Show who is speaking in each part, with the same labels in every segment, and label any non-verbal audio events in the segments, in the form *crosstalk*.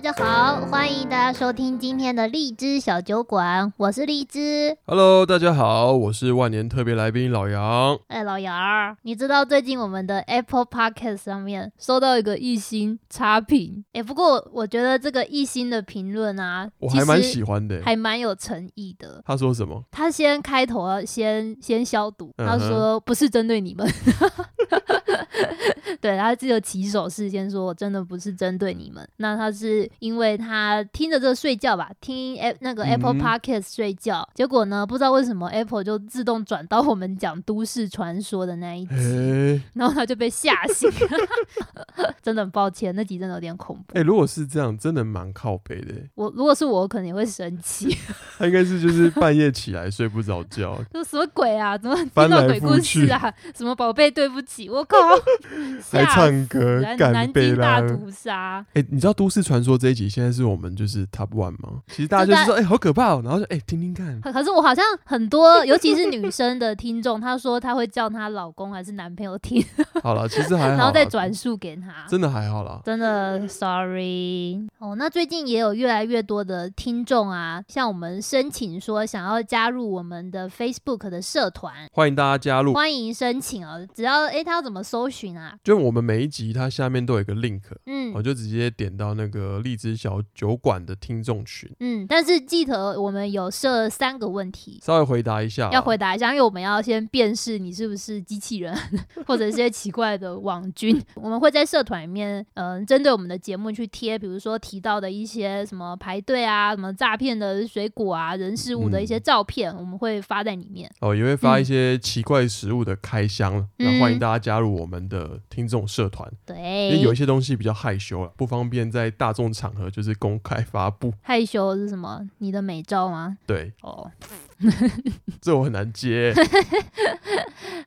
Speaker 1: 家好，欢迎大家收听今天的荔枝小酒馆，我是荔枝。
Speaker 2: Hello，大家好，我是万年特别来宾老杨。
Speaker 1: 哎，老杨儿，你知道最近我们的 Apple Podcast 上面收到一个一星差评，哎，不过我觉得这个一星的评论啊，
Speaker 2: 我
Speaker 1: 其
Speaker 2: 还蛮
Speaker 1: 实
Speaker 2: 喜欢的。欸
Speaker 1: 还蛮有诚意的。
Speaker 2: 他说什么？
Speaker 1: 他先开头啊先先消毒，
Speaker 2: 嗯
Speaker 1: 他
Speaker 2: 哼
Speaker 1: 说不是针对你们， *laughs* 对，他只有起手事先说，我真的不是针对你们。那他是因为他听着这个睡觉吧，听 A 那个 Apple
Speaker 2: 嗯
Speaker 1: Podcast 睡觉，结果呢，不知道为什么 Apple 就自动转到我们讲都市传说的那一
Speaker 2: 哎、
Speaker 1: 集，然后他就被吓醒， *laughs* 真的很抱歉，那集真的有点恐怖。
Speaker 2: 哎、如果是这样，真的蛮靠北的。欸
Speaker 1: 我如果是我，我可能也会生气，
Speaker 2: 他应该是就是
Speaker 1: *laughs*
Speaker 2: 半夜起来睡不着觉，
Speaker 1: 说什么鬼啊？怎么听
Speaker 2: 翻
Speaker 1: 到
Speaker 2: 来
Speaker 1: 鬼
Speaker 2: 覆
Speaker 1: 故事
Speaker 2: 去
Speaker 1: 啊？ *laughs* 什么宝贝，对不起，我靠！
Speaker 2: *laughs* 还
Speaker 1: 吓
Speaker 2: 唱歌
Speaker 1: 死南，
Speaker 2: 干
Speaker 1: 南
Speaker 2: 贝
Speaker 1: 京大
Speaker 2: 拉。
Speaker 1: 屠杀，
Speaker 2: 哎、你知道《都市传说》这一集现在是我们就是 Top One 吗？其实大家就是说，哎、好可怕、哦，然后就哎、听听看。
Speaker 1: 可可是我好像很
Speaker 2: *laughs*
Speaker 1: 多，尤其是女生的听众，她说她会叫她老公还是男朋友听，
Speaker 2: 好了，其实还好啦，
Speaker 1: *laughs*
Speaker 2: 啊
Speaker 1: 然后再转述给她。
Speaker 2: 真的还好啦。
Speaker 1: 真的，sorry 哦。那最近也有越来越多的听众啊，向我们申请说想要加入我们的 Facebook 的社团，
Speaker 2: 欢迎大家加入。
Speaker 1: 欢迎申请哦。只要诶，他要怎么搜寻啊？
Speaker 2: 就我们每一集，它下面都有一个 link，哦
Speaker 1: 嗯
Speaker 2: 我就直接点到那个荔枝小酒馆的听众群，
Speaker 1: 嗯，但是记得我们有设三个问题，
Speaker 2: 稍微回答一下。啊
Speaker 1: 要回答一下，因为我们要先辨识你是不是机器人，或者是一些奇怪的网军。 *laughs* 我们会在社团里面，嗯、针对我们的节目去贴，比如说提到的一些什么排队啊、什么诈骗的水果啊、人事物的一些
Speaker 2: 嗯
Speaker 1: 照片，我们会发在里面。
Speaker 2: 哦，也会发
Speaker 1: 嗯
Speaker 2: 一些奇怪食物的开箱，那、欢迎大家加入我们的听众社团，因为有
Speaker 1: 对，
Speaker 2: 一些东西比较害羞啊了，不方便在大众场合就是公开发布。 *laughs*
Speaker 1: 害羞是什么？你的美照吗？
Speaker 2: 对，
Speaker 1: 哦、
Speaker 2: 这我很难
Speaker 1: *laughs*
Speaker 2: 接。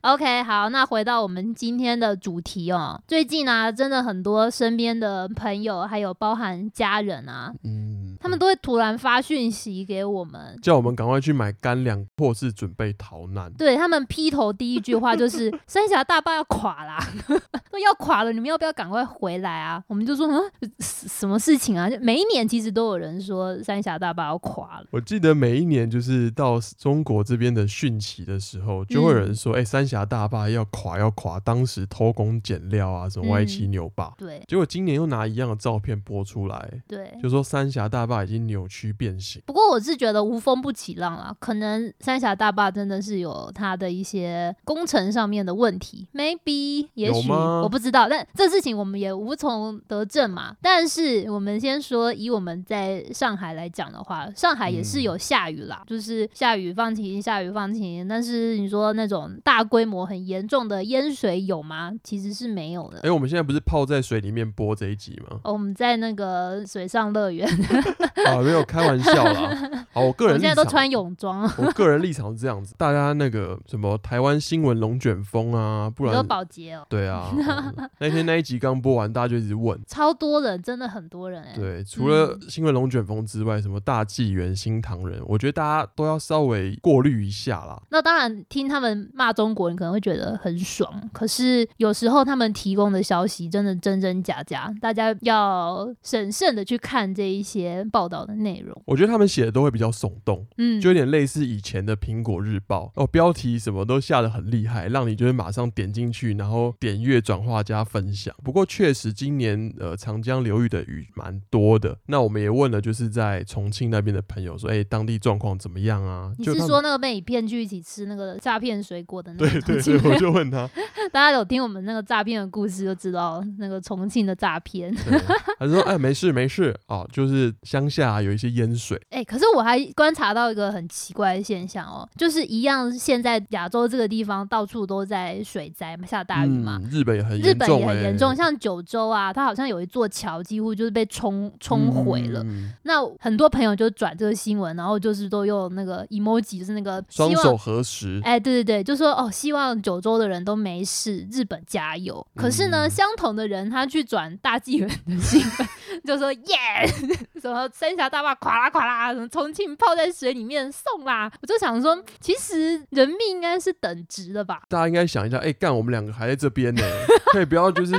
Speaker 1: o k 好，那回到我们今天的主题哦。最近啊，真的很多身边的朋友，还有包含家人啊，
Speaker 2: 嗯，
Speaker 1: 他们都会突然发讯息给我们，
Speaker 2: 叫我们赶快去买干粮，或是准备逃难。
Speaker 1: 对他们劈头第一句话就是“三峡大坝要垮啦”， *laughs* 说要垮了，你们要不要赶快回来啊？我们就说嗯，什什么事情啊？就每一年其实都有人说三峡大坝要垮了，
Speaker 2: 我记得每一年就是到中国这边的汛期的时候，就会有人
Speaker 1: 嗯
Speaker 2: 说：“哎、三峡大坝要垮，要垮！”当时偷工减料啊，什么歪
Speaker 1: 嗯
Speaker 2: 七扭八。
Speaker 1: 对
Speaker 2: 结果今年又拿一样的照片播出来，
Speaker 1: 对。
Speaker 2: 就说三峡大坝已经扭曲变形。
Speaker 1: 不过我是觉得无风不起浪啦，可能三峡大坝真的是有它的一些工程上面的问题，maybe 也许
Speaker 2: 吗
Speaker 1: 我不知道，但这事情我们也无从得证嘛。但是我们先说，以我们在上海来讲的话，上海也
Speaker 2: 嗯
Speaker 1: 是有下雨啦，就是下雨放晴，下雨放晴。但是你说那种大规模很严重的淹水有吗？其实是没有的。
Speaker 2: 哎、我们现在不是泡在水里面播这一集吗
Speaker 1: *laughs* ？哦我们在那个水上乐园，
Speaker 2: 啊，没有开玩
Speaker 1: *laughs*
Speaker 2: 笑啦。好，我
Speaker 1: 我
Speaker 2: 个人
Speaker 1: 们
Speaker 2: 立
Speaker 1: 现在
Speaker 2: 场，
Speaker 1: 都穿泳装，
Speaker 2: 我个人立场是这样子，大家那个什么台湾新闻龙卷风啊，不
Speaker 1: 你说
Speaker 2: 然
Speaker 1: 保洁哦。*laughs*
Speaker 2: 对啊、哦那天那一集刚播完，大家就一直问。
Speaker 1: 超多人，真的很多人哎、
Speaker 2: 对，除了新闻龙卷风之外，什么大纪元、新唐人，我觉得大家都要稍微过滤一下啦。
Speaker 1: 那当然，听他们骂中国，你可能会觉得很爽。可是有时候他们提供的消息真的真真假假，大家要审慎的去看这一些报道的内容。
Speaker 2: 我觉得他们写的都会比较耸动，
Speaker 1: 嗯，
Speaker 2: 就有点类似以前的《苹果日报》哦，标题什么都下得很厉害，让你就是马上点进去，然后点阅、转化加分享。不过确实今年呃长江流域的雨蛮多的，那我们也问了就是在重庆那边的朋友说，哎、当地状况怎么样啊？
Speaker 1: 你
Speaker 2: 就是他们
Speaker 1: 说那个被你骗去一起吃那个诈骗水果的那
Speaker 2: 对
Speaker 1: 个重
Speaker 2: 对
Speaker 1: 庆
Speaker 2: 对，
Speaker 1: 人？
Speaker 2: 我就问他，
Speaker 1: *laughs* 大家有听我们那个诈骗的故事就知道那个重庆的诈骗。
Speaker 2: 对他就说哎没事没事哦，就是乡下、有一些淹水，
Speaker 1: 哎、可是我还观察到一个很奇怪的现象哦，就是一样，现在亚洲这个地方到处都在水灾嘛，下大雨嘛。
Speaker 2: 嗯，日本也很
Speaker 1: 日
Speaker 2: 严
Speaker 1: 本
Speaker 2: 重、
Speaker 1: 也
Speaker 2: 欸，
Speaker 1: 很严重，像九州啊，它好像有一座桥几乎就是被冲冲毁了。
Speaker 2: 嗯
Speaker 1: 那很多朋友就转这个新闻，然后就是都用那个 emoji，就是那个希
Speaker 2: 双
Speaker 1: 望
Speaker 2: 手合十，
Speaker 1: 哎，对对对，就说哦，希望九州的人都没事，日本加油。可是呢，
Speaker 2: 嗯
Speaker 1: 相同的人他去转大纪元的新闻， *laughs* 就说耶，什么三峡大坝垮啦垮啦，什么重庆泡在水里面送啦。我就想说，其实人命应该是等值的吧？
Speaker 2: 大家应该想一下，哎、干，我们两个还在这
Speaker 1: *laughs*
Speaker 2: 边呢，可以不要就是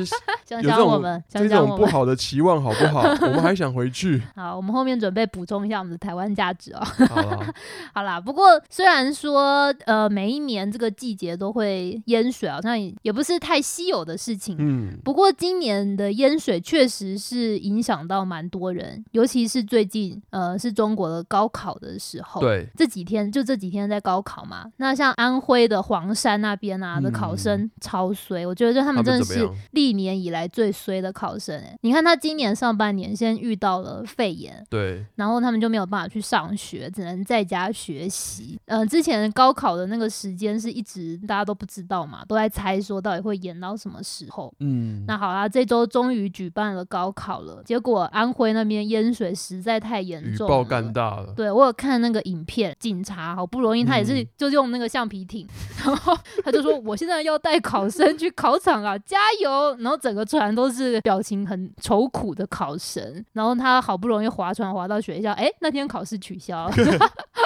Speaker 1: 想
Speaker 2: 有这
Speaker 1: 想我
Speaker 2: 种
Speaker 1: 们，想
Speaker 2: 这
Speaker 1: 想
Speaker 2: 种
Speaker 1: 我
Speaker 2: 不
Speaker 1: 们。
Speaker 2: 好的期望，好
Speaker 1: *laughs*
Speaker 2: 不好？我们还想回去。
Speaker 1: 好，我们后面准备补充一下我们的台湾价值哦。 *laughs*
Speaker 2: 好了，
Speaker 1: 好啦，不过虽然说呃每一年这个季节都会淹水，好像也也不是太稀有的事情。
Speaker 2: 嗯，
Speaker 1: 不过今年的淹水确实是影响到蛮多人，尤其是最近呃是中国的高考的时候。。
Speaker 2: 对，
Speaker 1: 这几天就这几天在高考嘛，那像安徽的黄山那边啊的考生超衰，我觉得就他
Speaker 2: 嗯他
Speaker 1: 们
Speaker 2: 们
Speaker 1: 真的
Speaker 2: 怎么
Speaker 1: 是
Speaker 2: 样？
Speaker 1: 历年以来最衰的考生、欸。你看他今年上半年先遇到了肺炎，
Speaker 2: 对，
Speaker 1: 然后他们就没有办法去上学，只能在家学习。呃，之前高考的那个时间是一直大家都不知道嘛，都在猜说到底会延到什么时候。
Speaker 2: 嗯，
Speaker 1: 那好啦，这周终于举办了高考了，结果安徽那边淹水实在太严
Speaker 2: 嗯雨
Speaker 1: 重
Speaker 2: 爆干
Speaker 1: 了。
Speaker 2: 大了，
Speaker 1: 对，我有看那个影片，警察好不容易，他也是
Speaker 2: 嗯
Speaker 1: 就用那个橡皮艇，然后他就说：“我现在要带考生去考场啊，加油！”然后整个船都是表情很愁苦的考生，然后他好不容易划船划到学校，哎，那天考试取消
Speaker 2: *laughs*
Speaker 1: 啊！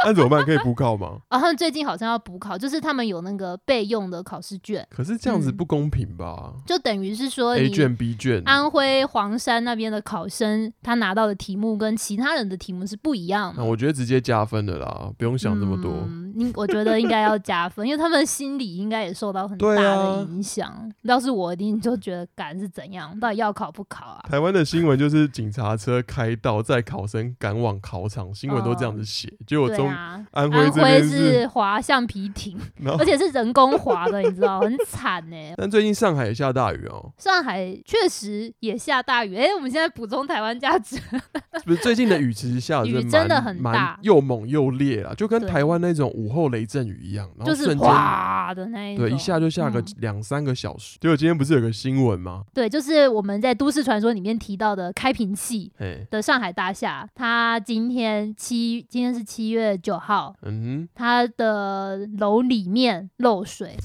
Speaker 2: 那怎么办？可以补考
Speaker 1: *laughs*
Speaker 2: 吗？
Speaker 1: 他们最近好像要补考，就是他们有那个备用的考试卷，
Speaker 2: 可是这样子
Speaker 1: 嗯
Speaker 2: 不公平吧
Speaker 1: 就等于是说
Speaker 2: ？A
Speaker 1: 你
Speaker 2: 卷 B 卷，
Speaker 1: 安徽黄山那边的考生，他拿到的题目跟其他人的题目是不一样的
Speaker 2: 那。啊我觉得直接加分的啦，不用想这么多。
Speaker 1: 嗯，应我觉得应该要加分，因为他们心理应该也受到很大
Speaker 2: 对啊
Speaker 1: 的影响。要是我一定就觉得敢是怎样，到底要考不考啊？
Speaker 2: 台湾的新闻就是警察车开道载考生赶往考场，新闻都这样子写。结果
Speaker 1: 哦对
Speaker 2: 中
Speaker 1: 啊，
Speaker 2: 安徽
Speaker 1: 安徽
Speaker 2: 这边是，
Speaker 1: 是滑橡皮艇，
Speaker 2: *laughs* 然后
Speaker 1: 而且是人工滑的，你知道，很惨呢、
Speaker 2: 但最近上海也下大雨哦，
Speaker 1: 上海确实也下大雨，哎、我们现在补充台湾价值，
Speaker 2: 不是最近的雨其实下
Speaker 1: 雨
Speaker 2: 真
Speaker 1: 真的
Speaker 2: 蛮
Speaker 1: 很
Speaker 2: 蛮
Speaker 1: 大
Speaker 2: 又猛又烈啦，就跟
Speaker 1: 对
Speaker 2: 台湾那种午后雷阵雨一样，然后
Speaker 1: 就是
Speaker 2: 瞬间。
Speaker 1: 哗的那一种，
Speaker 2: 对，一下就下个
Speaker 1: 嗯
Speaker 2: 两三个小时。结果今天不是有个新闻吗？
Speaker 1: 对，就是我们在都市传说里面提到的开瓶器
Speaker 2: 哎，
Speaker 1: 的上海大厦，它今天七，今天是七月九号，
Speaker 2: 嗯
Speaker 1: 它的楼里面漏水，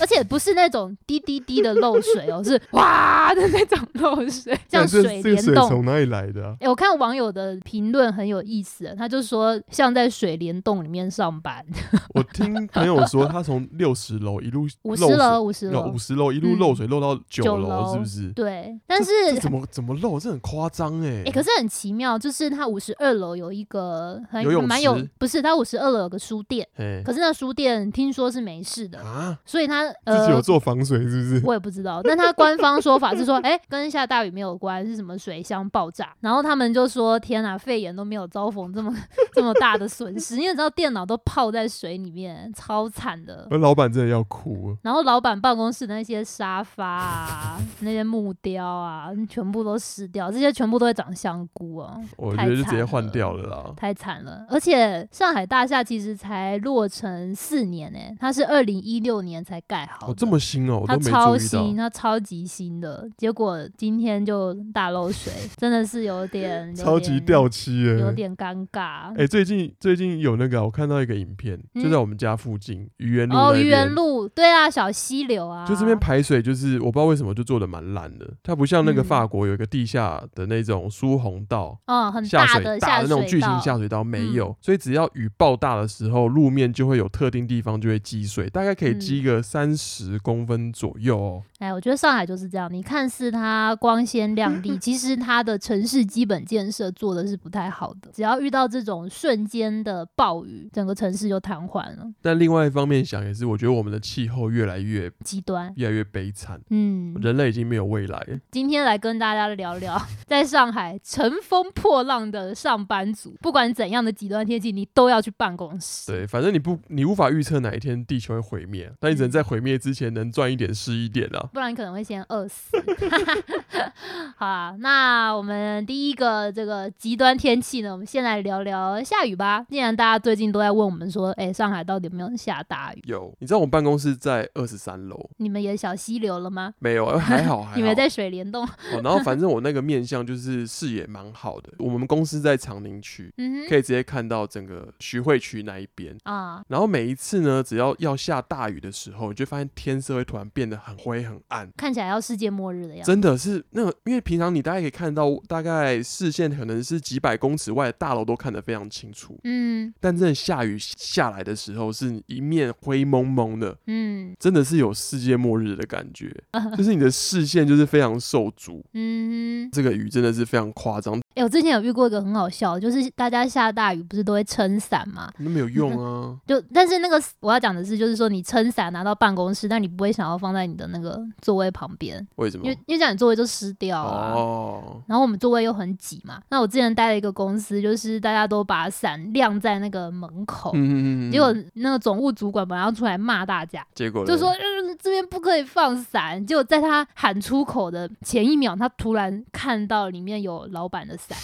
Speaker 1: 而且不是那种滴滴滴的漏水哦，是哇的那种漏水，
Speaker 2: 哼，
Speaker 1: 像
Speaker 2: 哎这
Speaker 1: 水
Speaker 2: 这个
Speaker 1: 帘
Speaker 2: 水
Speaker 1: 洞。
Speaker 2: 从哪里来的啊？
Speaker 1: 诶，我看网友的评论很有意思，他就说像在水帘洞里面上班，
Speaker 2: *laughs* 我听朋友说，他从六十楼一路
Speaker 1: 五十
Speaker 2: 漏水
Speaker 1: 楼，五十
Speaker 2: 漏
Speaker 1: 楼
Speaker 2: 五，十楼一路
Speaker 1: 嗯
Speaker 2: 漏水漏到
Speaker 1: 九
Speaker 2: 九
Speaker 1: 楼
Speaker 2: 楼，是不是？
Speaker 1: 对。但是
Speaker 2: 这怎么怎么漏？这很夸张哎！
Speaker 1: 诶，可是很奇妙，就是他五十二楼有一个很
Speaker 2: 游泳
Speaker 1: 蛮有
Speaker 2: 池，
Speaker 1: 不是他五十二楼有个书店，
Speaker 2: 哎
Speaker 1: 可是那书店听说是没事的，
Speaker 2: 啊，
Speaker 1: 所以他
Speaker 2: 自
Speaker 1: 呃
Speaker 2: 己有做防水是不是？
Speaker 1: 我也不知道，但他官方说法是说，哎、跟下大雨没有关，是什么水箱爆炸？然后他们就说，天哪、肺炎都没有遭逢这么这么大的损失，因为你知道电脑都泡在水里面，超惨的。
Speaker 2: 而老板真的要哭了。
Speaker 1: 然后老板办公室那些沙发啊，那些木雕啊，全部都湿掉，这些全部都会长香菇啊，
Speaker 2: 我觉
Speaker 1: 太
Speaker 2: 得就直
Speaker 1: 惨
Speaker 2: 接换
Speaker 1: 了
Speaker 2: 掉了啦。
Speaker 1: 太惨了。而且上海大厦其实才落成四年呢、它是二零一六年才盖好的
Speaker 2: 哦，这么新哦，我
Speaker 1: 它
Speaker 2: 都没
Speaker 1: 超
Speaker 2: 注意
Speaker 1: 新，
Speaker 2: 到。
Speaker 1: 它超级新的，结果今天就大漏水，真的是有点
Speaker 2: 超级，掉漆
Speaker 1: 有点有
Speaker 2: 耶！
Speaker 1: 点尴尬。
Speaker 2: 哎，最近最近有那个啊，我看到一个影片，就
Speaker 1: 嗯
Speaker 2: 在我们家附近愚园路
Speaker 1: 哦，
Speaker 2: 那
Speaker 1: 愚园
Speaker 2: 边
Speaker 1: 路，对啊，小溪流啊，
Speaker 2: 就这边排水，就是我不知道为什么就做的蛮烂的，它不像那个
Speaker 1: 嗯
Speaker 2: 法国有一个地下的那种疏洪道。
Speaker 1: 嗯，很
Speaker 2: 下水
Speaker 1: 的
Speaker 2: 大
Speaker 1: 下
Speaker 2: 的
Speaker 1: 水
Speaker 2: 那种巨型
Speaker 1: 道嗯
Speaker 2: 下水道没有，所以只要雨爆大的时候，路面就会有特定地方就会积水，大概可以
Speaker 1: 嗯
Speaker 2: 积个三十公分左右哦。
Speaker 1: 哎，我觉得上海就是这样。你看似它光鲜亮
Speaker 2: *laughs*
Speaker 1: 丽，其实它的城市基本建设做的是不太好的。只要遇到这种瞬间的暴雨，整个城市就瘫痪了，
Speaker 2: 但另外一方面想也是，我觉得我们的气候越来越
Speaker 1: 极端。
Speaker 2: 越来越悲惨，
Speaker 1: 嗯，
Speaker 2: 人类已经没有未来了。
Speaker 1: 今天来跟大家聊聊， *laughs* 在上海乘风破浪的上班族，不管怎样的极端天气，你都要去办公室。
Speaker 2: 对，反正你不你无法预测哪一天地球会毁灭，但你只能
Speaker 1: 嗯
Speaker 2: 在毁灭之前能赚一点是一点啊。
Speaker 1: 不然你可能会先饿死。 *laughs* 好啊，那我们第一个这个极端天气呢，我们先来聊聊下雨吧。既然大家最近都在问我们说，哎、上海到底有没有下大雨？
Speaker 2: 有，你知道我们办公室在二十三楼，
Speaker 1: 你们也小溪流了吗？
Speaker 2: 没有，呃还
Speaker 1: *laughs*
Speaker 2: 好还好。
Speaker 1: 你们在水帘洞？
Speaker 2: 哦，然后反正我那个面向就是视野蛮好的，我们公司在长宁区，
Speaker 1: 嗯
Speaker 2: 可
Speaker 1: 哼，
Speaker 2: 以直接看到整个徐汇区那一边。
Speaker 1: 啊，
Speaker 2: 然后每一次呢，只要要下大雨的时候，你就发现天色会突然变得很灰很暗。
Speaker 1: 看起来要世界末日的样子。
Speaker 2: 真的是那个，因为平常你大概可以看到，大概视线可能是几百公尺外的大楼都看得非常清楚，
Speaker 1: 嗯
Speaker 2: 但真的下雨下来的时候，是一面灰蒙蒙的，
Speaker 1: 嗯
Speaker 2: 真的是有世界末日的感觉，
Speaker 1: *laughs*
Speaker 2: 就是你的视线就是非常受阻。
Speaker 1: 嗯，
Speaker 2: 这个雨真的是非常夸张，
Speaker 1: 哎、我之前有遇过一个很好笑的，就是大家下大雨不是都会撑伞吗？
Speaker 2: 那没有用啊。
Speaker 1: 就但是那个我要讲的是，就是说你撑伞拿到办公室，但你不会想要放在你的那个座位旁边，
Speaker 2: 为什么
Speaker 1: 因为？因为这样你座位就湿掉啊。
Speaker 2: 哦，
Speaker 1: 然后我们座位又很挤嘛，那我之前待了一个公司，就是大家都把伞晾在那个门口，
Speaker 2: 嗯嗯嗯嗯
Speaker 1: 结果那个总务主管本来要出来骂大家，
Speaker 2: 结果嘞
Speaker 1: 就说、呃、这边不可以放伞，结果在他喊出口的前一秒，他突然看到里面有老板的伞，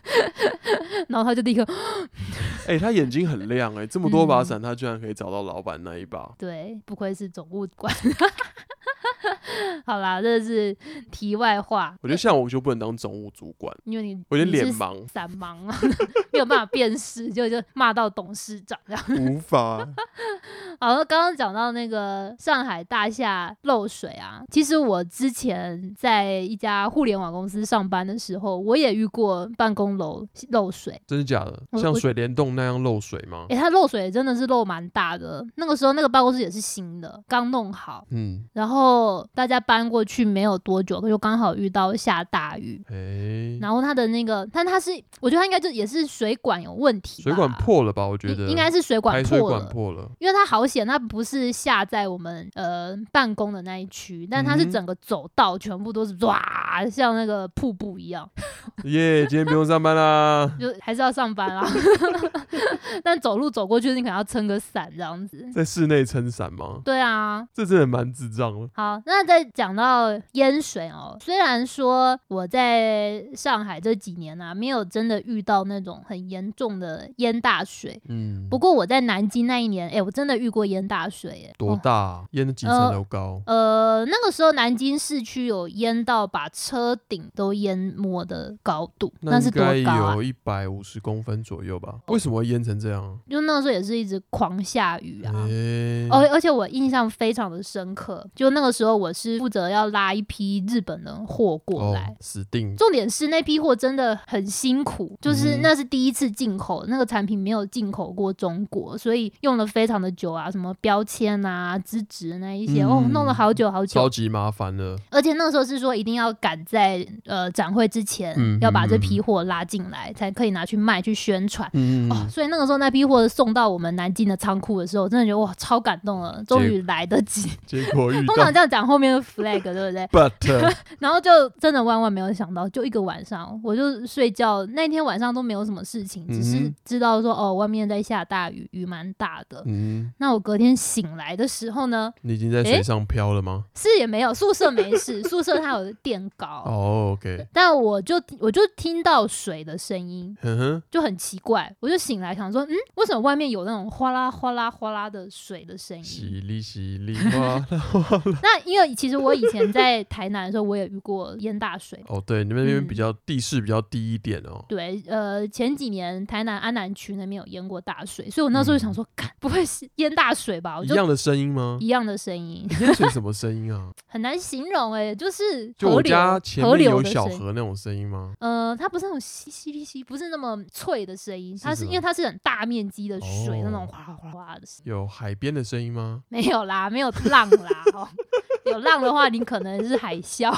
Speaker 1: *laughs* 然后他就立刻
Speaker 2: 哎、他眼睛很亮哎、这么
Speaker 1: 嗯
Speaker 2: 多把伞，他居然可以找到老板那一把。
Speaker 1: 对，不愧是总务官。 *laughs* 好啦，这是题外话，
Speaker 2: 我觉得像我就不能当总务主管，
Speaker 1: 因为你
Speaker 2: 我有
Speaker 1: 你
Speaker 2: 点脸
Speaker 1: 是，
Speaker 2: 盲
Speaker 1: *laughs* 伞盲啊，没有办法辨识，就就骂到董事长这样。
Speaker 2: 无法。
Speaker 1: 好，那刚刚讲到那个上海大厦漏水啊，其实我之前在一家互联网公司上班的时候，我也遇过办公楼漏水。
Speaker 2: *laughs* 真的假的？
Speaker 1: 我
Speaker 2: 像
Speaker 1: 我哎
Speaker 2: 水帘洞那样漏水吗？
Speaker 1: 诶、它漏水真的是漏蛮大的。那个时候那个办公室也是新的，刚弄好，
Speaker 2: 嗯，
Speaker 1: 然后大家搬过去没有多久，就刚好遇到下大雨。
Speaker 2: 哎、
Speaker 1: 然后它的那个，但它是，我觉得它应该就也是水管有问题吧，
Speaker 2: 水管破了吧？我觉
Speaker 1: 应，
Speaker 2: 得
Speaker 1: 应该是水管
Speaker 2: 排水
Speaker 1: 破
Speaker 2: 管
Speaker 1: 了，
Speaker 2: 破了。
Speaker 1: 因为它好险，它不是下在我们呃办公的那一区，但它
Speaker 2: 嗯
Speaker 1: 是
Speaker 2: 哼
Speaker 1: 整个走道全部都是哇，像那个瀑布一样，。
Speaker 2: *laughs* 耶、今天不用上班啦 *laughs*
Speaker 1: 就还是要上班啦。 *laughs* 但走路走过去，你可能要撑个伞这样子。
Speaker 2: 在室内撑伞吗？
Speaker 1: 对啊，
Speaker 2: 这真的蛮智障的。
Speaker 1: 好，那再讲到淹水哦，虽然说我在上海这几年啊，没有真的遇到那种很严重的淹大水。
Speaker 2: 嗯，
Speaker 1: 不过我在南京那一年，哎、我真的遇过淹大水、诶
Speaker 2: 多
Speaker 1: 哦
Speaker 2: 大啊？淹了几层
Speaker 1: 呃
Speaker 2: 楼高？
Speaker 1: 呃，那个时候南京市区有淹到把车顶都淹没的高度，那是
Speaker 2: 应
Speaker 1: 多
Speaker 2: 该
Speaker 1: 高啊哦
Speaker 2: 有？一百五十公分左右吧？为什么会淹成这样？啊
Speaker 1: 就那个时候也是一直狂下雨啊。
Speaker 2: 哎
Speaker 1: 而、而且我印象非常的深刻，就那个时候我是负责要拉一批日本的货过来，
Speaker 2: 哦，死定！
Speaker 1: 重点是那批货真的很辛苦，就是
Speaker 2: 嗯
Speaker 1: 那是第一次进口，那个产品没有进口过中国，所以用了非常的久啊，什么标签啊、资质那一些，
Speaker 2: 嗯
Speaker 1: 哦，弄了好久好
Speaker 2: 超
Speaker 1: 久。
Speaker 2: 级麻烦了，
Speaker 1: 而且那个时候是说一定要赶在呃展会之前，
Speaker 2: 嗯
Speaker 1: 要把这批货拉进来，才可以拿去卖去宣传。
Speaker 2: 嗯
Speaker 1: 哦，所以那个时候那批货送到我们南京的仓库的时候，我真的觉得哇，超感动了，终于来得及。
Speaker 2: 结果遇
Speaker 1: 通常
Speaker 2: 到
Speaker 1: 这样讲后面的 flag 对不对？
Speaker 2: *laughs* but
Speaker 1: 然后就真的万万没有想到，就一个晚上，我就睡觉那天晚上都没有什么事情，只
Speaker 2: 嗯
Speaker 1: 是
Speaker 2: 哼
Speaker 1: 知道说哦，外面在下大雨，雨蛮大的。
Speaker 2: 嗯，
Speaker 1: 那我隔天醒来的时候呢，
Speaker 2: 你已经在水上漂了吗？
Speaker 1: 是也没有宿舍没事，宿舍它有垫高，
Speaker 2: 哦，OK，
Speaker 1: 但我就我就听到水的声音，
Speaker 2: 哼哼，
Speaker 1: 就很奇怪，我就醒来想说，嗯，为什么外面有那种哗啦哗啦哗啦的水的声音？
Speaker 2: 淅沥淅
Speaker 1: *laughs*
Speaker 2: 沥哇！
Speaker 1: 那因为其实我以前在台南的时候，我也遇过淹大水，
Speaker 2: 哦，对，你们那边
Speaker 1: 嗯
Speaker 2: 比较地势比较低一点哦。
Speaker 1: 对，呃，前几年台南安南区那边有淹过大水，所以我那时候就想说，看、不会是淹大水吧？我
Speaker 2: 嗯一
Speaker 1: 哦就
Speaker 2: 样的声音吗？
Speaker 1: 一样的声音，
Speaker 2: 淹水什么声音啊？
Speaker 1: 很难形容哎、就是
Speaker 2: 就
Speaker 1: 河
Speaker 2: 我
Speaker 1: 流
Speaker 2: 家前
Speaker 1: 河
Speaker 2: 面
Speaker 1: 流
Speaker 2: 有
Speaker 1: 的
Speaker 2: 小
Speaker 1: 声音
Speaker 2: 河那种声音吗？
Speaker 1: 呃，它不是那种淅淅沥淅，不是那么脆的声音，
Speaker 2: 是
Speaker 1: 它是
Speaker 2: 什么
Speaker 1: 因为它是很大面积的水，那
Speaker 2: 哦
Speaker 1: 种哗啦哗啦哗啦的声音，
Speaker 2: 有海边的声音吗？
Speaker 1: 没有啦，没有浪啦，哦，有浪的话，你可能是海啸，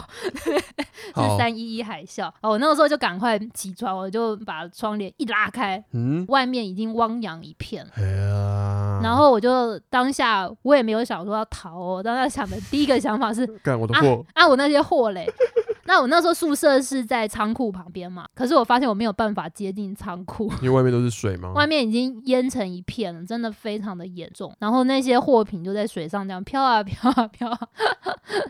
Speaker 2: 好
Speaker 1: 是，三一一海啸。哦，我那个时候就赶快起床，我就把窗帘一拉开，
Speaker 2: 嗯，
Speaker 1: 外面已经汪洋一片了。
Speaker 2: 哎呀，
Speaker 1: 然后我就当下我也没有想说要逃哦，我当下想的第一个想法
Speaker 2: *laughs*
Speaker 1: 是
Speaker 2: 干我的
Speaker 1: 啊
Speaker 2: 货，
Speaker 1: 啊，我那些货嘞。 *laughs* 那我那时候宿舍是在仓库旁边嘛，可是我发现我没有办法接近仓库，
Speaker 2: 因为外面都是水吗？
Speaker 1: 外面已经淹成一片了，真的非常的严重。然后那些货品就在水上这样飘啊飘啊飘啊， *laughs*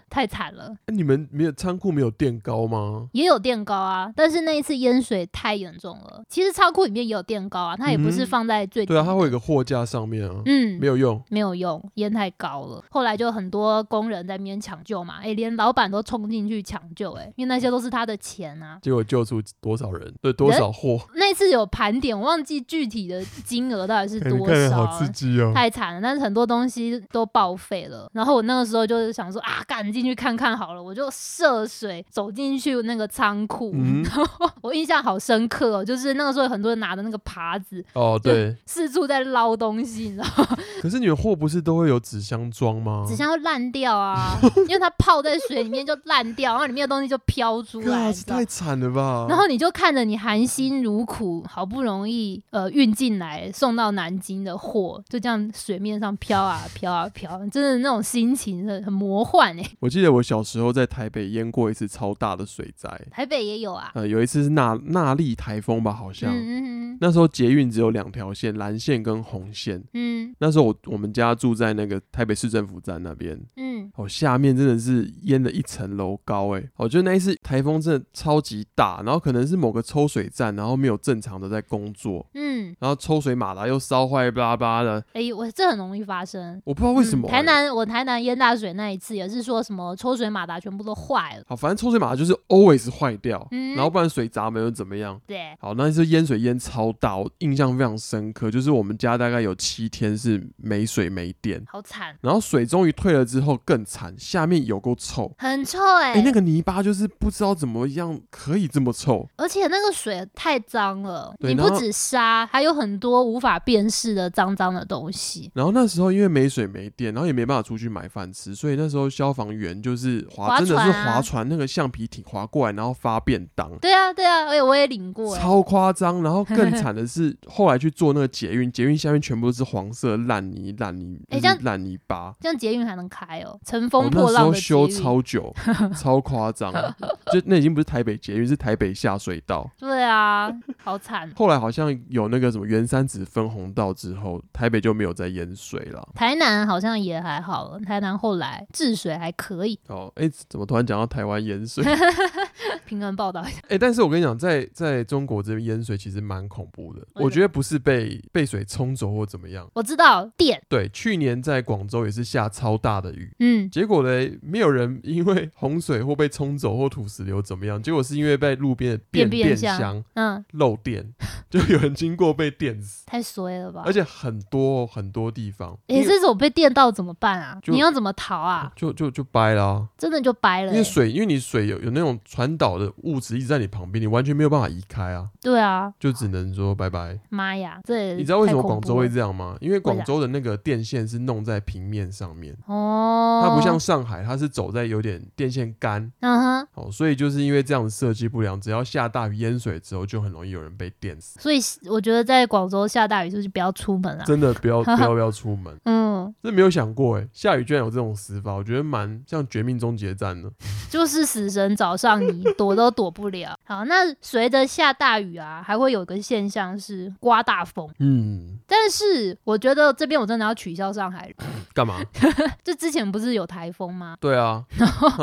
Speaker 1: 太惨了。
Speaker 2: 哎你们没有仓库没有垫高吗？
Speaker 1: 也有垫高啊，但是那一次淹水太严重了。其实仓库里面也有垫高啊，它也不
Speaker 2: 嗯
Speaker 1: 是
Speaker 2: 哼
Speaker 1: 放在最、
Speaker 2: 对啊，它会有个货架上面啊，
Speaker 1: 嗯
Speaker 2: 没有用。
Speaker 1: 没有用，烟太高了。后来就很多工人在那边抢救嘛，诶，连老板都冲进去抢救、诶，对，因为那些都是他的钱啊。
Speaker 2: 结果救出多少人？对，多少货？
Speaker 1: 那次有盘点，我忘记具体的金额到底是
Speaker 2: 哎 *laughs* 你
Speaker 1: 多
Speaker 2: 看着
Speaker 1: 少
Speaker 2: 好
Speaker 1: 啊
Speaker 2: 刺。激哦！
Speaker 1: 太惨了，但是很多东西都报废了。然后我那个时候就是想说啊，赶进去看看好了，我就涉水走进去那个仓库。
Speaker 2: 嗯
Speaker 1: *laughs* 我印象好深刻哦，就是那个时候有很多人拿着那个耙子 *laughs*
Speaker 2: 哦，
Speaker 1: 就
Speaker 2: 对，
Speaker 1: 四处在捞东西，你知道
Speaker 2: 嗯
Speaker 1: 吗？
Speaker 2: 可是你们货不是都会有纸箱装吗？
Speaker 1: 纸箱会烂掉啊，因为它泡在水里面就烂掉，然后里面的东西就飘出来，
Speaker 2: *laughs* 哇
Speaker 1: 你
Speaker 2: 这
Speaker 1: 知道吗
Speaker 2: 太惨了吧！
Speaker 1: 然后你就看着你含辛茹苦，好不容易呃运进来送到南京的货，就这样水面上飘啊飘啊飘，真的那种心情很很魔幻哎、
Speaker 2: 我记得我小时候在台北淹过一次超大的水灾，
Speaker 1: *laughs* 台北也有啊，
Speaker 2: 呃，有一次是纳纳莉台风吧，好像、
Speaker 1: 嗯嗯嗯
Speaker 2: 那时候捷运只有两条线，蓝线跟红线。
Speaker 1: 嗯
Speaker 2: 那时候我我们家住在那个台北市政府站那边，
Speaker 1: 嗯，
Speaker 2: 哦，下面真的是淹了一层楼高哎！我觉得那一次台风真的超级大，然后可能是某个抽水站，然后没有正常的在工作，
Speaker 1: 嗯，
Speaker 2: 然后抽水马达又烧坏，巴拉巴拉的，
Speaker 1: 哎、我这很容易发生。
Speaker 2: 我不知道为什
Speaker 1: 嗯
Speaker 2: 么欸、
Speaker 1: 台南我台南淹大水那一次也是说什么抽水马达全部都坏了，
Speaker 2: 好，反正抽水马达就是 always 坏掉，
Speaker 1: 嗯
Speaker 2: 然后不然水闸门又怎么样？
Speaker 1: 对，
Speaker 2: 好，那一次淹水淹超大，我印象非常深刻，就是我们家大概有七天是没水没电，
Speaker 1: 好惨，
Speaker 2: 然后水终于退了之后更惨，下面有够臭。
Speaker 1: 很臭
Speaker 2: 哎、
Speaker 1: 哎、
Speaker 2: 那个泥巴就是不知道怎么样可以这么臭，
Speaker 1: 而且那个水太脏了，
Speaker 2: 对
Speaker 1: 你
Speaker 2: 然
Speaker 1: 不
Speaker 2: 后
Speaker 1: 止沙，还有很多无法辨识的脏脏的东西。
Speaker 2: 然后那时候因为没水没电，然后也没办法出去买饭吃，所以那时候消防员就是划，
Speaker 1: 划
Speaker 2: 真的是
Speaker 1: 船啊
Speaker 2: 划船那个橡皮艇划过来，然后发便当，
Speaker 1: 对啊，对啊，我也我也领过欸，
Speaker 2: 超夸张。然后
Speaker 1: *laughs*
Speaker 2: 更惨的是，后来去做那个捷运，捷运下面全部都是黄色烂泥、烂泥、
Speaker 1: 哎
Speaker 2: 就
Speaker 1: 这样
Speaker 2: 是烂泥巴。
Speaker 1: 这样捷运还能开哦，乘
Speaker 2: 我
Speaker 1: 风
Speaker 2: 那
Speaker 1: 破
Speaker 2: 时
Speaker 1: 浪
Speaker 2: 候
Speaker 1: 的捷
Speaker 2: 修
Speaker 1: 运。*laughs*
Speaker 2: 超久，超夸张，就那已经不是台北捷运，是台北下水道。
Speaker 1: 对啊，好惨。 *laughs*
Speaker 2: 后来好像有那个什么原山子分红道之后，台北就没有再淹水了。
Speaker 1: 台南好像也还好了，台南后来治水还可以， *laughs*
Speaker 2: 哦，哎、怎么突然讲到台湾淹水？
Speaker 1: 平衡报道一下。
Speaker 2: 哎、但是我跟你讲，在在中国这边淹水其实蛮恐怖的。
Speaker 1: 为
Speaker 2: 我
Speaker 1: 什
Speaker 2: 觉得不是被被水冲走或怎么样。
Speaker 1: 我知道电，
Speaker 2: 对，去年在广州也是下超大的雨，
Speaker 1: 嗯，
Speaker 2: 结果呢，没有人因为洪水或被冲走或土石流怎么样，结果是因为被路边的
Speaker 1: 电
Speaker 2: 电
Speaker 1: 变
Speaker 2: 箱
Speaker 1: 嗯，
Speaker 2: 漏电，就有人经过被电死，
Speaker 1: 太衰了吧
Speaker 2: 而。且很多哦很多地方，
Speaker 1: 诶，
Speaker 2: 因为
Speaker 1: 这种被电到怎么办啊？
Speaker 2: 就
Speaker 1: 你要怎么逃啊？
Speaker 2: 就就就掰啦、
Speaker 1: 真的就掰了
Speaker 2: 因
Speaker 1: 欸、
Speaker 2: 为水，因为你水有有那种传导的物质一直在你旁边，你完全没有办法移开啊，
Speaker 1: 对啊，
Speaker 2: 就只能说拜拜。
Speaker 1: 妈呀，这也
Speaker 2: 你知道为什
Speaker 1: 啊太
Speaker 2: 么
Speaker 1: 恐
Speaker 2: 广州
Speaker 1: 怖
Speaker 2: 会
Speaker 1: 了
Speaker 2: 这样吗？因为
Speaker 1: 为
Speaker 2: 广
Speaker 1: 啥
Speaker 2: 州的那个电线是弄在平面上面，
Speaker 1: 哦？
Speaker 2: 它不像上海，它是走在有点电线杆。
Speaker 1: 嗯哼，
Speaker 2: 哦，所以就是因为这样的设计不良，只要下大雨淹水之后，就很容易有人被电死。
Speaker 1: 所以我觉得在广州下大雨就是不要出门啊。
Speaker 2: 真的
Speaker 1: *laughs*
Speaker 2: 不要不要不要出门，
Speaker 1: 嗯，
Speaker 2: 真没有想过哎，下雨居然有这种死法，我觉得蛮像《绝命终结战》的。
Speaker 1: 就是死神找上你，躲都躲不了。好，那随着下大雨啊，还会有个现象是刮大风。
Speaker 2: 嗯，
Speaker 1: 但是我觉得这边我真的要取消上海人，
Speaker 2: 干嘛？
Speaker 1: 就之前不是有台风吗？
Speaker 2: 对啊，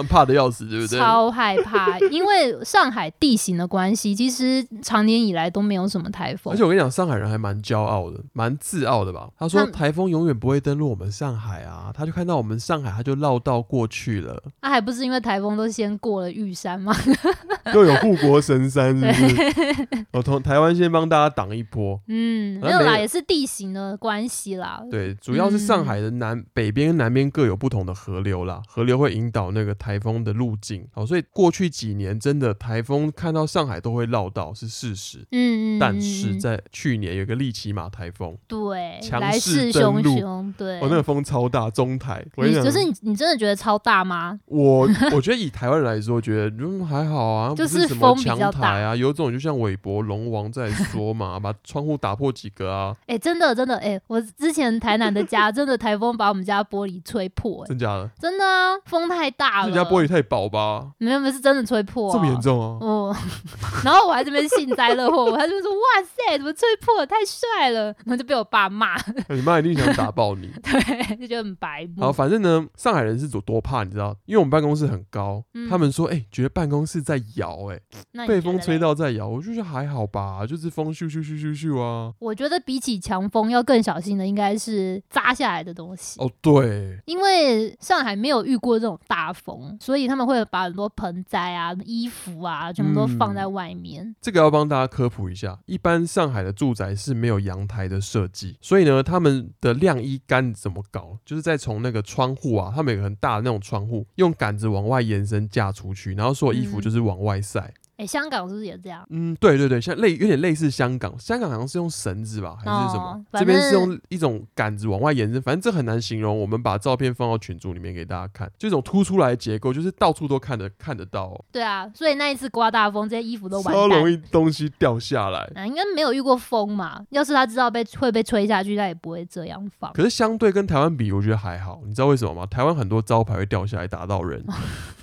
Speaker 2: 怕的要死，对不对？
Speaker 1: 超害怕，因为上海地形的关系，其实常年以来都没有什么台风
Speaker 2: 而且。我跟你讲，上海人还蛮骄傲的，蛮自傲的吧？他说
Speaker 1: 他们
Speaker 2: 台风永远不会登陆我们上海啊，他就看到我们上海，他就绕道过去了，
Speaker 1: 那、啊还不是因为台风都先过了玉山吗？ *laughs*
Speaker 2: 又有护国神山，是不是？我从台湾先帮大家挡一波。
Speaker 1: 嗯，
Speaker 2: 好
Speaker 1: 没
Speaker 2: 像
Speaker 1: 有
Speaker 2: 没
Speaker 1: 啦，
Speaker 2: 有
Speaker 1: 也是地形的关系啦。
Speaker 2: 对，主要是上
Speaker 1: 嗯
Speaker 2: 海的南、北边跟南边各有不同的河流啦，河流会引导那个台风的路径。好，所以过去几年真的台风看到上海都会绕道是事实，
Speaker 1: 嗯，嗯嗯，
Speaker 2: 但是
Speaker 1: 嗯
Speaker 2: 在去年有一个利奇马台风，
Speaker 1: 对
Speaker 2: 强
Speaker 1: 来
Speaker 2: 势
Speaker 1: 势
Speaker 2: 登
Speaker 1: 汹
Speaker 2: 陆
Speaker 1: 汹，对，
Speaker 2: 哦，那个风超大，中台。我跟
Speaker 1: 你
Speaker 2: 讲
Speaker 1: 可是你，你真的觉得超大吗？ *laughs*
Speaker 2: 我我觉得以台湾人来说，觉得嗯还好啊，
Speaker 1: 就
Speaker 2: 不
Speaker 1: 是
Speaker 2: 什么
Speaker 1: 风比
Speaker 2: 强
Speaker 1: 较
Speaker 2: 台啊，有种就像韦伯龙王在说嘛，把窗户打破几个啊，
Speaker 1: 哎、真的真的哎、我之前台南的家 *laughs* 真的台风把我们家玻璃吹破、哎，
Speaker 2: 真假的？
Speaker 1: 真的啊，风太大
Speaker 2: 自
Speaker 1: 了，
Speaker 2: 家玻璃太薄吧，
Speaker 1: 没有没有是真的吹破、
Speaker 2: 这么严？重
Speaker 1: *laughs*
Speaker 2: 啊？
Speaker 1: 哦，然后我还这边幸灾乐祸，我还这边说哇塞，怎么吹破了太帅了，然后就被我爸骂， *laughs*
Speaker 2: 你妈一定想打爆你。
Speaker 1: 对，就觉得很白目。
Speaker 2: 好，反正呢，上海人是多多怕，你知道，因为我们办公室很高，
Speaker 1: 嗯
Speaker 2: 他们说，哎、觉得办公室在摇、欸，
Speaker 1: 那你
Speaker 2: 哎，被
Speaker 1: 觉
Speaker 2: 风
Speaker 1: 得
Speaker 2: 吹
Speaker 1: 嘞，
Speaker 2: 到在摇，我就觉得还好吧，就是风咻咻咻咻咻啊，
Speaker 1: 我觉得比起强风要更小心的应该是扎下来的东起。
Speaker 2: 哦，对，
Speaker 1: 因为上海没有遇过这种大风，所以他们会把很多盆栽啊、衣服啊，全部都放
Speaker 2: 嗯
Speaker 1: 在外面。
Speaker 2: 这个要帮大家科普一下，一般上海的住宅是没有阳台的设计，所以呢，他们的晾衣杆怎么搞，就是在从那个窗户啊，他们有个很大的那种窗户，用杆子往外延伸架出去，然后所有衣服
Speaker 1: 嗯
Speaker 2: 就是往外晒。
Speaker 1: 哎、香港是不是也这样？
Speaker 2: 嗯对对对，像类有点类似香港，香港好像是用绳子吧，还是什么？
Speaker 1: 哦
Speaker 2: 这边
Speaker 1: 反
Speaker 2: 是
Speaker 1: 正
Speaker 2: 用一种杆子往外延伸，反正这很难形容。我们把照片放到群组里面给大家看，这种凸出来的结构，就是到处都看得看得到、哦，
Speaker 1: 对啊，所以那一次刮大风，这些衣服都
Speaker 2: 超
Speaker 1: 完蛋
Speaker 2: 容。易东西掉下来。
Speaker 1: 啊，应该没有遇过风嘛。要是他知道被会被吹下去，他也不会这样放。
Speaker 2: 可是相对跟台湾比，我觉得还好。你知道为什么吗？台湾很多招牌会掉下来打
Speaker 1: *laughs*
Speaker 2: 到人，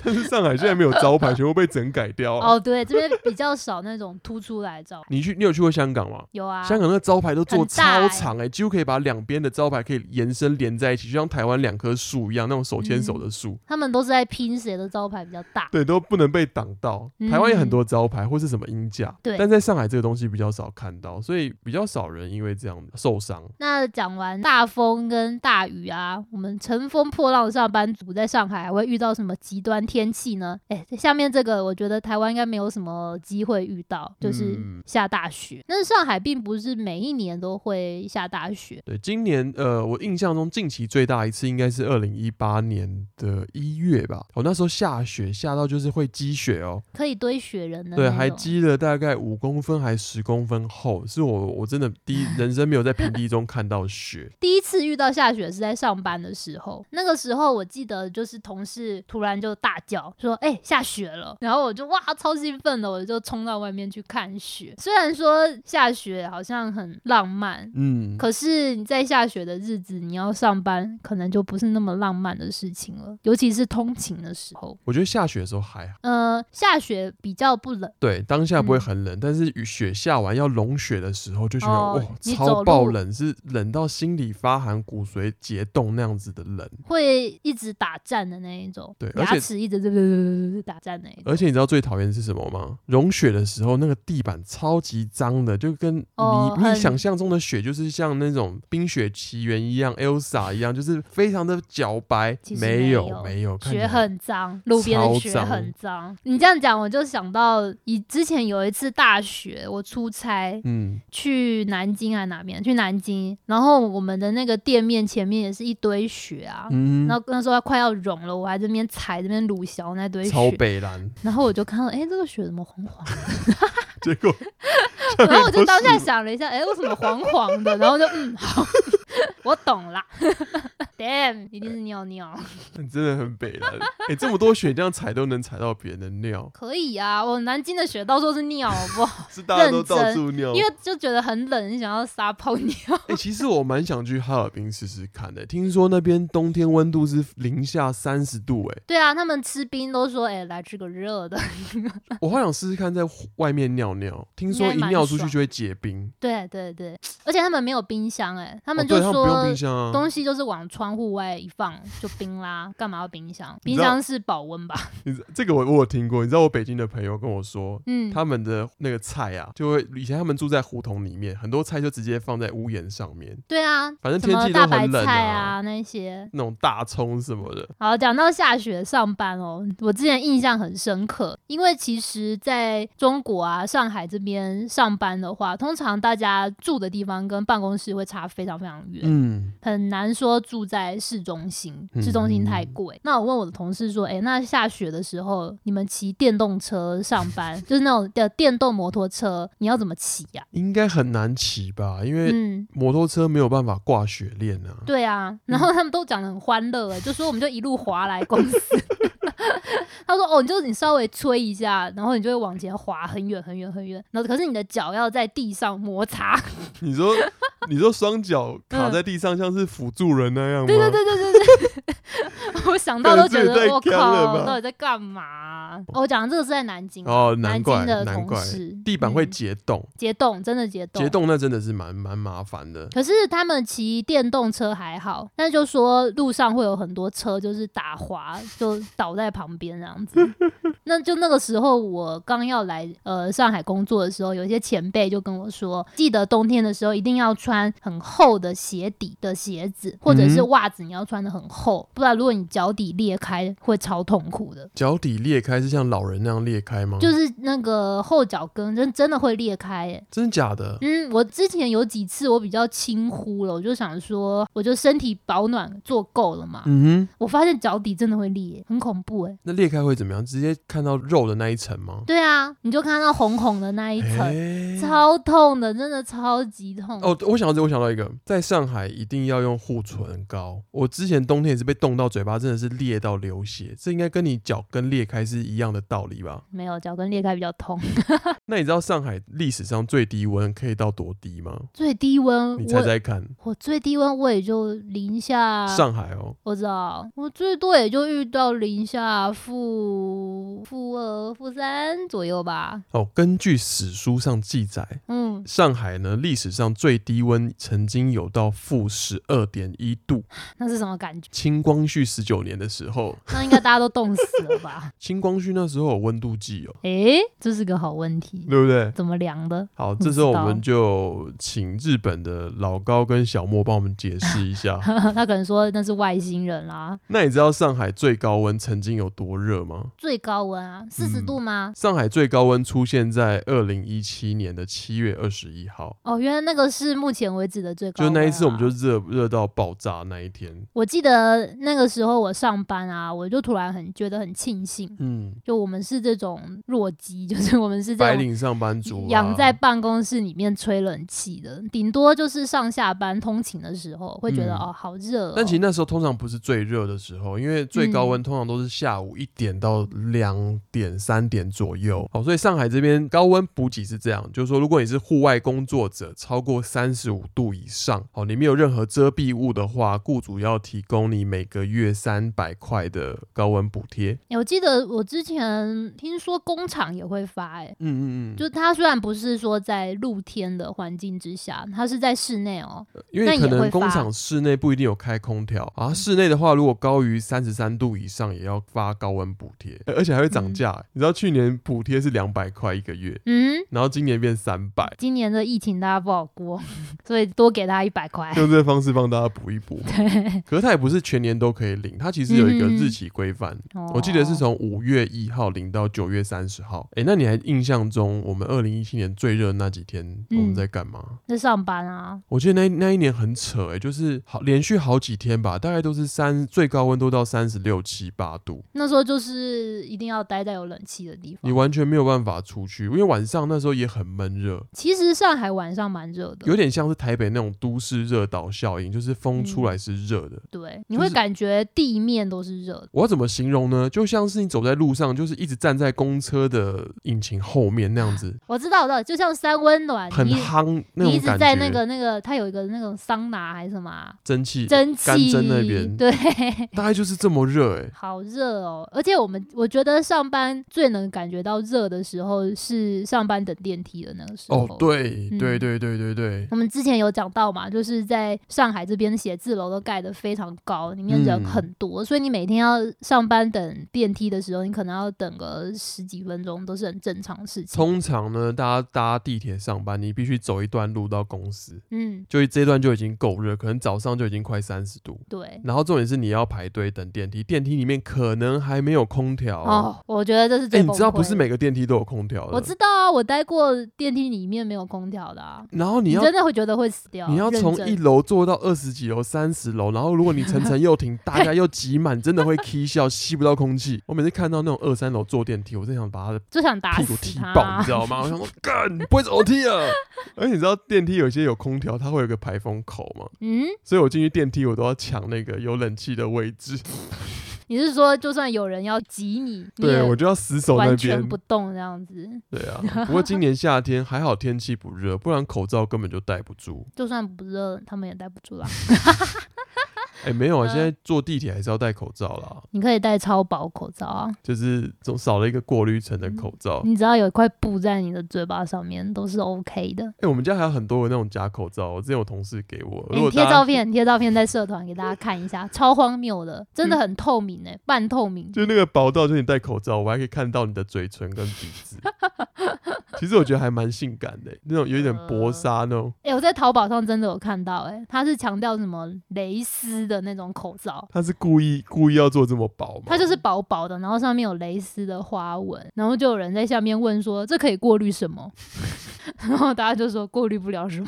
Speaker 2: 但是上海现在没有招牌，全部被整改掉。啊
Speaker 1: 哦，对，这边比较少那种凸出来的招牌。
Speaker 2: 你去，你有去过香港吗？
Speaker 1: 有啊，
Speaker 2: 香港那个招牌都做
Speaker 1: 很大欸
Speaker 2: 超长哎、几乎可以把两边的招牌可以延伸连在一起，就像台湾两棵树一样，那种手牵手的树，
Speaker 1: 他们都是在拼谁的招牌比较大。
Speaker 2: 对，都不能被挡到。
Speaker 1: 嗯
Speaker 2: 台湾也很多招牌或是什么鹰架，
Speaker 1: 对
Speaker 2: 但在上海这个东西比较少看到，所以比较少人因为这样受伤。
Speaker 1: 那讲完大风跟大雨啊，我们乘风破浪的上班族在上海还会遇到什么极端天气呢？哎，下面这个我觉得台湾应该没有什么机会遇到，就是
Speaker 2: 嗯
Speaker 1: 下大雪。但是上海并不是每一年都会下大雪，
Speaker 2: 对，今年呃，我印象中近期最大一次应该是二零一八年的一月吧。我、那时候下雪下到就是会积雪哦，
Speaker 1: 可以堆雪人的那
Speaker 2: 对，
Speaker 1: 种。
Speaker 2: 还积了大概五公分还十公分厚，是我我真的第
Speaker 1: *laughs*
Speaker 2: 一人生没有在平地中看到雪。
Speaker 1: 第一次遇到下雪是在上班的时候，那个时候我记得就是同事突然就大叫说：“哎、下雪了！”然后我就哇超兴奋的，我就冲到外面去看雪。虽然说下雪好像很浪漫。
Speaker 2: 嗯，
Speaker 1: 可是你在下雪的日子，你要上班，可能就不是那么浪漫的事情了，尤其是通勤的时候。
Speaker 2: 我觉得下雪的时候还好，
Speaker 1: 呃，下雪比较不冷，
Speaker 2: 对，当下不会很冷，但是雨雪下完要融雪的时候，就觉得哇、
Speaker 1: 哦你
Speaker 2: 超
Speaker 1: 走
Speaker 2: 爆
Speaker 1: 路
Speaker 2: 冷，是冷到心里发寒、骨髓结冻那样子的冷。
Speaker 1: 会一直打颤的那一种，
Speaker 2: 对而且
Speaker 1: 牙齿一直呃打颤那一种。
Speaker 2: 而且你知道最讨厌的是什么吗？融雪的时候，那个地板超级脏的，就跟你、
Speaker 1: 哦
Speaker 2: 你
Speaker 1: 很
Speaker 2: 想象中的雪，就是像那种《冰雪奇缘》一样，Elsa 一样，就是非常的皎白。
Speaker 1: 其实
Speaker 2: 没
Speaker 1: 没有
Speaker 2: 没有，看起
Speaker 1: 雪
Speaker 2: 来
Speaker 1: 很脏，路边
Speaker 2: 超
Speaker 1: 的雪
Speaker 2: 脏
Speaker 1: 很脏。你这样讲，我就想到以之前有一次大雪，我出差
Speaker 2: 嗯，
Speaker 1: 去南京还是哪边？去南京，然后我们的那个店面前面也是一堆雪啊。
Speaker 2: 嗯
Speaker 1: 然后那时候快要融了，我还在那边踩这边鲁小那堆
Speaker 2: 超
Speaker 1: 雪，
Speaker 2: 北蓝，
Speaker 1: 然后我就看到，哎、这个雪怎么黄
Speaker 2: *laughs*
Speaker 1: 黄的？
Speaker 2: 结 *laughs* 果
Speaker 1: 然后我就当
Speaker 2: 下
Speaker 1: 下想了一下，哎、为什么黄黄的？然后就嗯，好， *laughs* 我懂啦 *laughs* ，damn，一定是尿尿。
Speaker 2: *laughs* 面都是真的很北蓝。哎、这么多雪这样踩都能踩到别人的尿，
Speaker 1: 可以啊，我南京的雪到处是尿，好不好？
Speaker 2: 是大家
Speaker 1: 哦认
Speaker 2: 都到
Speaker 1: 真
Speaker 2: 处尿。
Speaker 1: 因为就觉得很冷，想要撒泡尿。 *laughs*
Speaker 2: 哎、其实我蛮想去哈尔滨试试看的，听说那边冬天温度是零下三十度、
Speaker 1: *laughs*
Speaker 2: 哎。
Speaker 1: 对啊，他们吃冰都说，哎、来吃个热的。 *laughs*
Speaker 2: 我好想试试看在户外面尿尿，听说一尿出去就会结冰。
Speaker 1: 对对对，而且他们没有冰箱、哎，他
Speaker 2: 他
Speaker 1: 们就
Speaker 2: 哦、对他们不用
Speaker 1: 说
Speaker 2: 冰。箱啊，
Speaker 1: 东西就是往窗户外一放就冰啦，干嘛要冰箱？
Speaker 2: 你
Speaker 1: 冰
Speaker 2: 知道
Speaker 1: 箱是保温吧？
Speaker 2: 你知这个我我有听过。你知道我北京的朋友跟我说，
Speaker 1: 嗯，
Speaker 2: 他们的那个菜啊，就会以前他们住在胡同里面，很多菜就直接放在屋檐上面，
Speaker 1: 对啊，
Speaker 2: 反正
Speaker 1: 什
Speaker 2: 天
Speaker 1: 么
Speaker 2: 气都
Speaker 1: 大白
Speaker 2: 很冷
Speaker 1: 菜啊那些。
Speaker 2: 那种大葱什么的，
Speaker 1: 好，讲到下雪上班哦，我之前印象很深刻，因为其实在中国啊，上海这边上班的话，通常大家住的地方跟办公室会差非常非常远。
Speaker 2: 嗯，
Speaker 1: 很难说住在市中心
Speaker 2: 嗯，
Speaker 1: 市中心太贵。那我问我的同事说：“诶，那下雪的时候，你们骑电动车上班， *laughs* 就是那种的电动摩托车，你要怎么骑呀、
Speaker 2: 应该很难骑吧，因为
Speaker 1: 嗯，
Speaker 2: 摩托车没有办法挂雪链
Speaker 1: *laughs*
Speaker 2: 啊。
Speaker 1: 对啊。然后他们都讲的很欢乐、诶，就说我们就一路滑来公
Speaker 2: *laughs*
Speaker 1: 司。他说：“哦，你就你稍微吹一下，然后你就会往前滑很远很远很远。然后可是你的脚要在地上摩擦。
Speaker 2: 你说，
Speaker 1: 嗯
Speaker 2: 你说双脚卡在地上像是辅助人那样吗？
Speaker 1: 对对对对对对，我想到都觉
Speaker 2: *laughs* 这也
Speaker 1: 得
Speaker 2: 太
Speaker 1: 我
Speaker 2: 坑了
Speaker 1: 靠，
Speaker 2: 吧
Speaker 1: 到底在干嘛？哦我讲的这个是在南京啊，
Speaker 2: 哦，难
Speaker 1: 南
Speaker 2: 怪
Speaker 1: 京的
Speaker 2: 难
Speaker 1: 同
Speaker 2: 怪，
Speaker 1: 事
Speaker 2: 地板会
Speaker 1: 嗯
Speaker 2: 结冻，
Speaker 1: 结冻，真的结冻，
Speaker 2: 结冻那真的是蛮蛮麻烦的。
Speaker 1: 可是他们骑电动车还好，但就说路上会有很多车就是打滑，就倒在旁边这
Speaker 2: *laughs*
Speaker 1: 样子。那就那个时候我刚要来呃上海工作的时候，有一些前辈就跟我说，记得冬天的时候一定要穿很厚的鞋底的鞋子，或者是
Speaker 2: 嗯
Speaker 1: 袜子，你要穿的很厚，不然如果你脚底裂开会超痛苦的。
Speaker 2: 脚底裂开是像老人那样裂开吗？
Speaker 1: 就是那个后脚跟真真的会裂开欸耶，
Speaker 2: 真的假的？
Speaker 1: 嗯，我之前有几次我比较轻忽了，我就想说，我就身体保暖做够了嘛。
Speaker 2: 嗯哼，
Speaker 1: 我发现脚底真的会裂，很恐怖哎、
Speaker 2: 那裂开会怎么样？直接看到肉的那一层吗？
Speaker 1: 对啊，你就看到红红的那一层，
Speaker 2: 诶
Speaker 1: 超痛的，真的超级痛。
Speaker 2: 哎哦，我想到这，我想到一个，在上海一定要用护唇膏。我之前冬天也是被冻到嘴巴，真的是裂到流血，这应该跟你脚跟裂开是一样的道理吧？
Speaker 1: 没有，脚跟裂开比较痛。
Speaker 2: 那你知道上海历史上最低温可以到多低吗？
Speaker 1: 最低温，
Speaker 2: 你
Speaker 1: 嗯
Speaker 2: 猜
Speaker 1: 我啊
Speaker 2: 猜看，
Speaker 1: 我最低温我也就零下，
Speaker 2: 上海哦，
Speaker 1: 我知道，我最多也就遇到零下负负二、负三左右吧。
Speaker 2: 哦，根据史书上记载，
Speaker 1: 嗯，
Speaker 2: 上海呢历史上最低温曾经有到负十二点一度。
Speaker 1: 那是什么感觉？
Speaker 2: 清光绪十九年的时候，
Speaker 1: 那应该大家都冻死了吧？
Speaker 2: 清光绪那时候有温度计哦，
Speaker 1: 诶，这是个好问题，
Speaker 2: 对不对？
Speaker 1: 怎么量的？ *laughs*
Speaker 2: 好，
Speaker 1: 不
Speaker 2: 这时候
Speaker 1: 知
Speaker 2: 我
Speaker 1: 道
Speaker 2: 们就请日本的老高跟小莫帮我们解释一下。 *laughs*
Speaker 1: 他可能说那是外星人啊啦，
Speaker 2: 那你知道上海最高温曾经有多热吗？
Speaker 1: 最高温啊，四十
Speaker 2: 嗯
Speaker 1: 度吗？
Speaker 2: 上海最高温出现在二零一七年的七月二十一号，
Speaker 1: 哦，原来那个是目前为止的最高
Speaker 2: 就
Speaker 1: 温、
Speaker 2: 是
Speaker 1: 啊。
Speaker 2: 那一次我们就热热到爆炸那一天。
Speaker 1: 我记得那个时候我上班啊，我就突然很觉得很庆幸，
Speaker 2: 嗯，
Speaker 1: 就我们是这种弱鸡， *laughs* 就是我们是
Speaker 2: 白
Speaker 1: 这种。
Speaker 2: 领上班族、啊、
Speaker 1: 养在办公室里面吹冷气的，顶多就是上下班通勤的时候会觉得、
Speaker 2: 嗯嗯
Speaker 1: 哦好热、哦。
Speaker 2: 但其实那时候通常不是最热的时候，因为最高温通常都是下午一点到两点、三点左右。好，所以上海这边高温补给是这样，就是说，如果你是户外工作者，超过三十五度以上，好，你没有任何遮蔽物的话，雇主要提供你每个月三百块的高温补贴。
Speaker 1: 欸我记得我之前听说工厂也会发、欸，
Speaker 2: 嗯嗯嗯，
Speaker 1: 就它虽然不是说在露天的环境之下，它是在室内哦、
Speaker 2: 因为可
Speaker 1: 那也
Speaker 2: 能
Speaker 1: 会发
Speaker 2: 工厂室内不一定有开空调啊，室内的话，如果高于三十三度以上，也要发高温补贴，呃而且还会涨价欸、你知道去年补贴是两百块一个月，
Speaker 1: 嗯，
Speaker 2: 然后今年变三百，
Speaker 1: 今年的疫情大家不好过， *laughs* 所以多给他一百块。
Speaker 2: 用这个方式帮大家补一补。可是它也不是全年都可以领，它其实有一个
Speaker 1: 嗯
Speaker 2: 日期规范，
Speaker 1: 哦
Speaker 2: *laughs* 我记得是从五月一号领到九月三十号。诶，那你还印象中我们二零一七年最热的那几天我
Speaker 1: 嗯
Speaker 2: 们在干嘛？
Speaker 1: 在上班啊，
Speaker 2: 我记得那那一年很扯诶，就是好连续好几天吧，大概都是三最高温都到三十六七八度，
Speaker 1: 那时候就是一定要待在有冷气的地
Speaker 2: 你
Speaker 1: 方。
Speaker 2: 完全没有办法出去，因为晚上那时候也很闷热，
Speaker 1: 其实上海晚上蛮热
Speaker 2: 有
Speaker 1: 的，
Speaker 2: 点像是台北那种都市热岛效应，就是风
Speaker 1: 嗯
Speaker 2: 出来是热的。
Speaker 1: 对，你
Speaker 2: 就
Speaker 1: 会
Speaker 2: 是
Speaker 1: 感觉地面都是热的。
Speaker 2: 我要怎么形容呢？就像是你走在路上，就是一直站在公车的引擎后面那样子，
Speaker 1: 我知道，我知道，就像三温暖，
Speaker 2: 很
Speaker 1: 啊你
Speaker 2: 夯那
Speaker 1: 你一
Speaker 2: 种
Speaker 1: 直
Speaker 2: 感觉。
Speaker 1: 在那个那个，它有一个那种桑拿还是什么啊
Speaker 2: 蒸汽，
Speaker 1: 蒸
Speaker 2: 干
Speaker 1: 汽
Speaker 2: 蒸那边
Speaker 1: 对，
Speaker 2: 大概就是这么热哎、
Speaker 1: 好热哦！而且我们我觉得上班最能感觉到热的时候是上班等电梯的那个时候。
Speaker 2: 哦，。对
Speaker 1: 嗯
Speaker 2: 对对对对对，
Speaker 1: 我们之前有讲到嘛，就是在上海这边写字楼都盖得非常高，里面人
Speaker 2: 嗯
Speaker 1: 很多，所以你每天要上班等电梯的时候，你可能要等个十几分钟，都是很正常的事情。
Speaker 2: 通常呢，大家搭地铁上班，你必须走一段路到公司，
Speaker 1: 嗯，
Speaker 2: 就这段就已经够热，可能早上就已经快三十度。
Speaker 1: 对。
Speaker 2: 然后重点是你要排队等电梯，电梯里面可能还没有空调哦。
Speaker 1: 哦，我觉得这是
Speaker 2: 哎、
Speaker 1: 最、
Speaker 2: 你知道不是，每个电梯都有空调的，
Speaker 1: 我知道啊，我待过电梯里面没有空调的啊，
Speaker 2: 然后你
Speaker 1: 你
Speaker 2: 要
Speaker 1: 真的会觉得会死掉。
Speaker 2: 你要
Speaker 1: 认
Speaker 2: 从
Speaker 1: 真
Speaker 2: 一楼坐到二十几楼、三十楼，然后如果你层层
Speaker 1: *laughs*
Speaker 2: 又停，大家又挤满，真的会 k 笑，吸不到空气。我每次看到那种二三楼坐电梯，我真想把他的
Speaker 1: 就想打
Speaker 2: 屁股
Speaker 1: 死
Speaker 2: 踢
Speaker 1: 他啊、
Speaker 2: 爆，你知道吗？我想说，干，你不会走梯啊！而且你知道电梯有些有空调，它会有个排风口嘛，
Speaker 1: 嗯，
Speaker 2: 所以我进去电梯，我都要抢那个有冷气的位置。
Speaker 1: 你是说就算有人要挤你，你
Speaker 2: 对，
Speaker 1: 也
Speaker 2: 我就要死守那
Speaker 1: 完全
Speaker 2: 边
Speaker 1: 不。动这样子，
Speaker 2: 对啊，不过今年夏天还好天气不热，不然口罩根本就戴不住。
Speaker 1: 就算不热，他们也待不住啦。
Speaker 2: 哎、没有啊，
Speaker 1: 嗯
Speaker 2: 现在坐地铁还是要戴口罩啦，
Speaker 1: 你可以戴超薄口罩啊，
Speaker 2: 就是总少了一个过滤层的口罩。哎、
Speaker 1: 你只要有一块布在你的嘴巴上面都是 OK 的。
Speaker 2: 我们家还有很多的那种假口罩，我之前有同事给我，
Speaker 1: 欸
Speaker 2: 如
Speaker 1: 你
Speaker 2: 果
Speaker 1: 贴
Speaker 2: 大
Speaker 1: 照
Speaker 2: 家
Speaker 1: 片，你贴照片在社团给大家看一下，超荒谬的，真的很透明哎、半透明。
Speaker 2: 嗯就那个薄到，就你戴口罩，我还可以看到你的嘴唇跟鼻
Speaker 1: *laughs*
Speaker 2: 子。其实我觉得还蛮性感的，那种有一点薄纱那种，
Speaker 1: 哎、我在淘宝上真的有看到哎、它是强调什么蕾丝的那种口罩，
Speaker 2: 他是故意故意要做这么薄吗？
Speaker 1: 它嗯就是薄薄的，然后上面有蕾丝的花纹，然后就有人在下面问说这可以过滤什么？ *laughs* 然后大家就说过滤不了什么，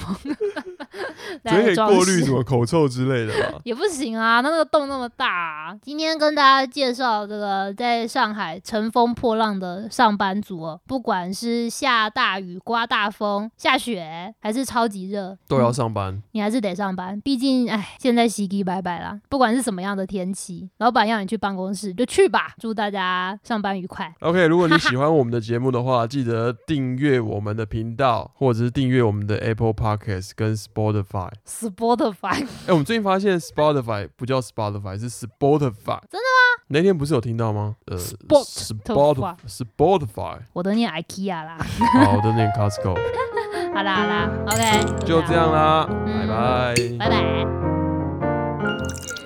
Speaker 1: *laughs*
Speaker 2: 所以可以
Speaker 1: 装
Speaker 2: 过滤
Speaker 1: 饰。
Speaker 2: 什么口臭之类的吧
Speaker 1: 也不行啊，那个洞那么大、啊。今天跟大家介绍这个在上海乘风破浪的上班族哦，不管是下大雨、刮大风、下雪，还是超级热，
Speaker 2: 都要上班，
Speaker 1: 你还是得上班。毕竟，哎，现在洗洗拜拜啦，不管是什么样的天气，老板要你去办公室就去吧。祝大家上班愉快。
Speaker 2: OK，如果你
Speaker 1: *laughs*
Speaker 2: 喜欢我们的节目的话，记得订阅我们的频道，或者是订阅我们的 Apple Podcast 跟 Spotify。
Speaker 1: Spotify
Speaker 2: 哎、我们最近发现 Spotify 不叫 Spotify，是 Spotify。真的吗？那天不是有听到吗？呃
Speaker 1: Spotify
Speaker 2: Spotify，Spotify。
Speaker 1: 我都念 IKEA 啦，
Speaker 2: 好，我都念 *laughs* Costco。
Speaker 1: 好啦好啦，OK，
Speaker 2: 就这样啦，
Speaker 1: 嗯
Speaker 2: 拜拜。
Speaker 1: 拜拜。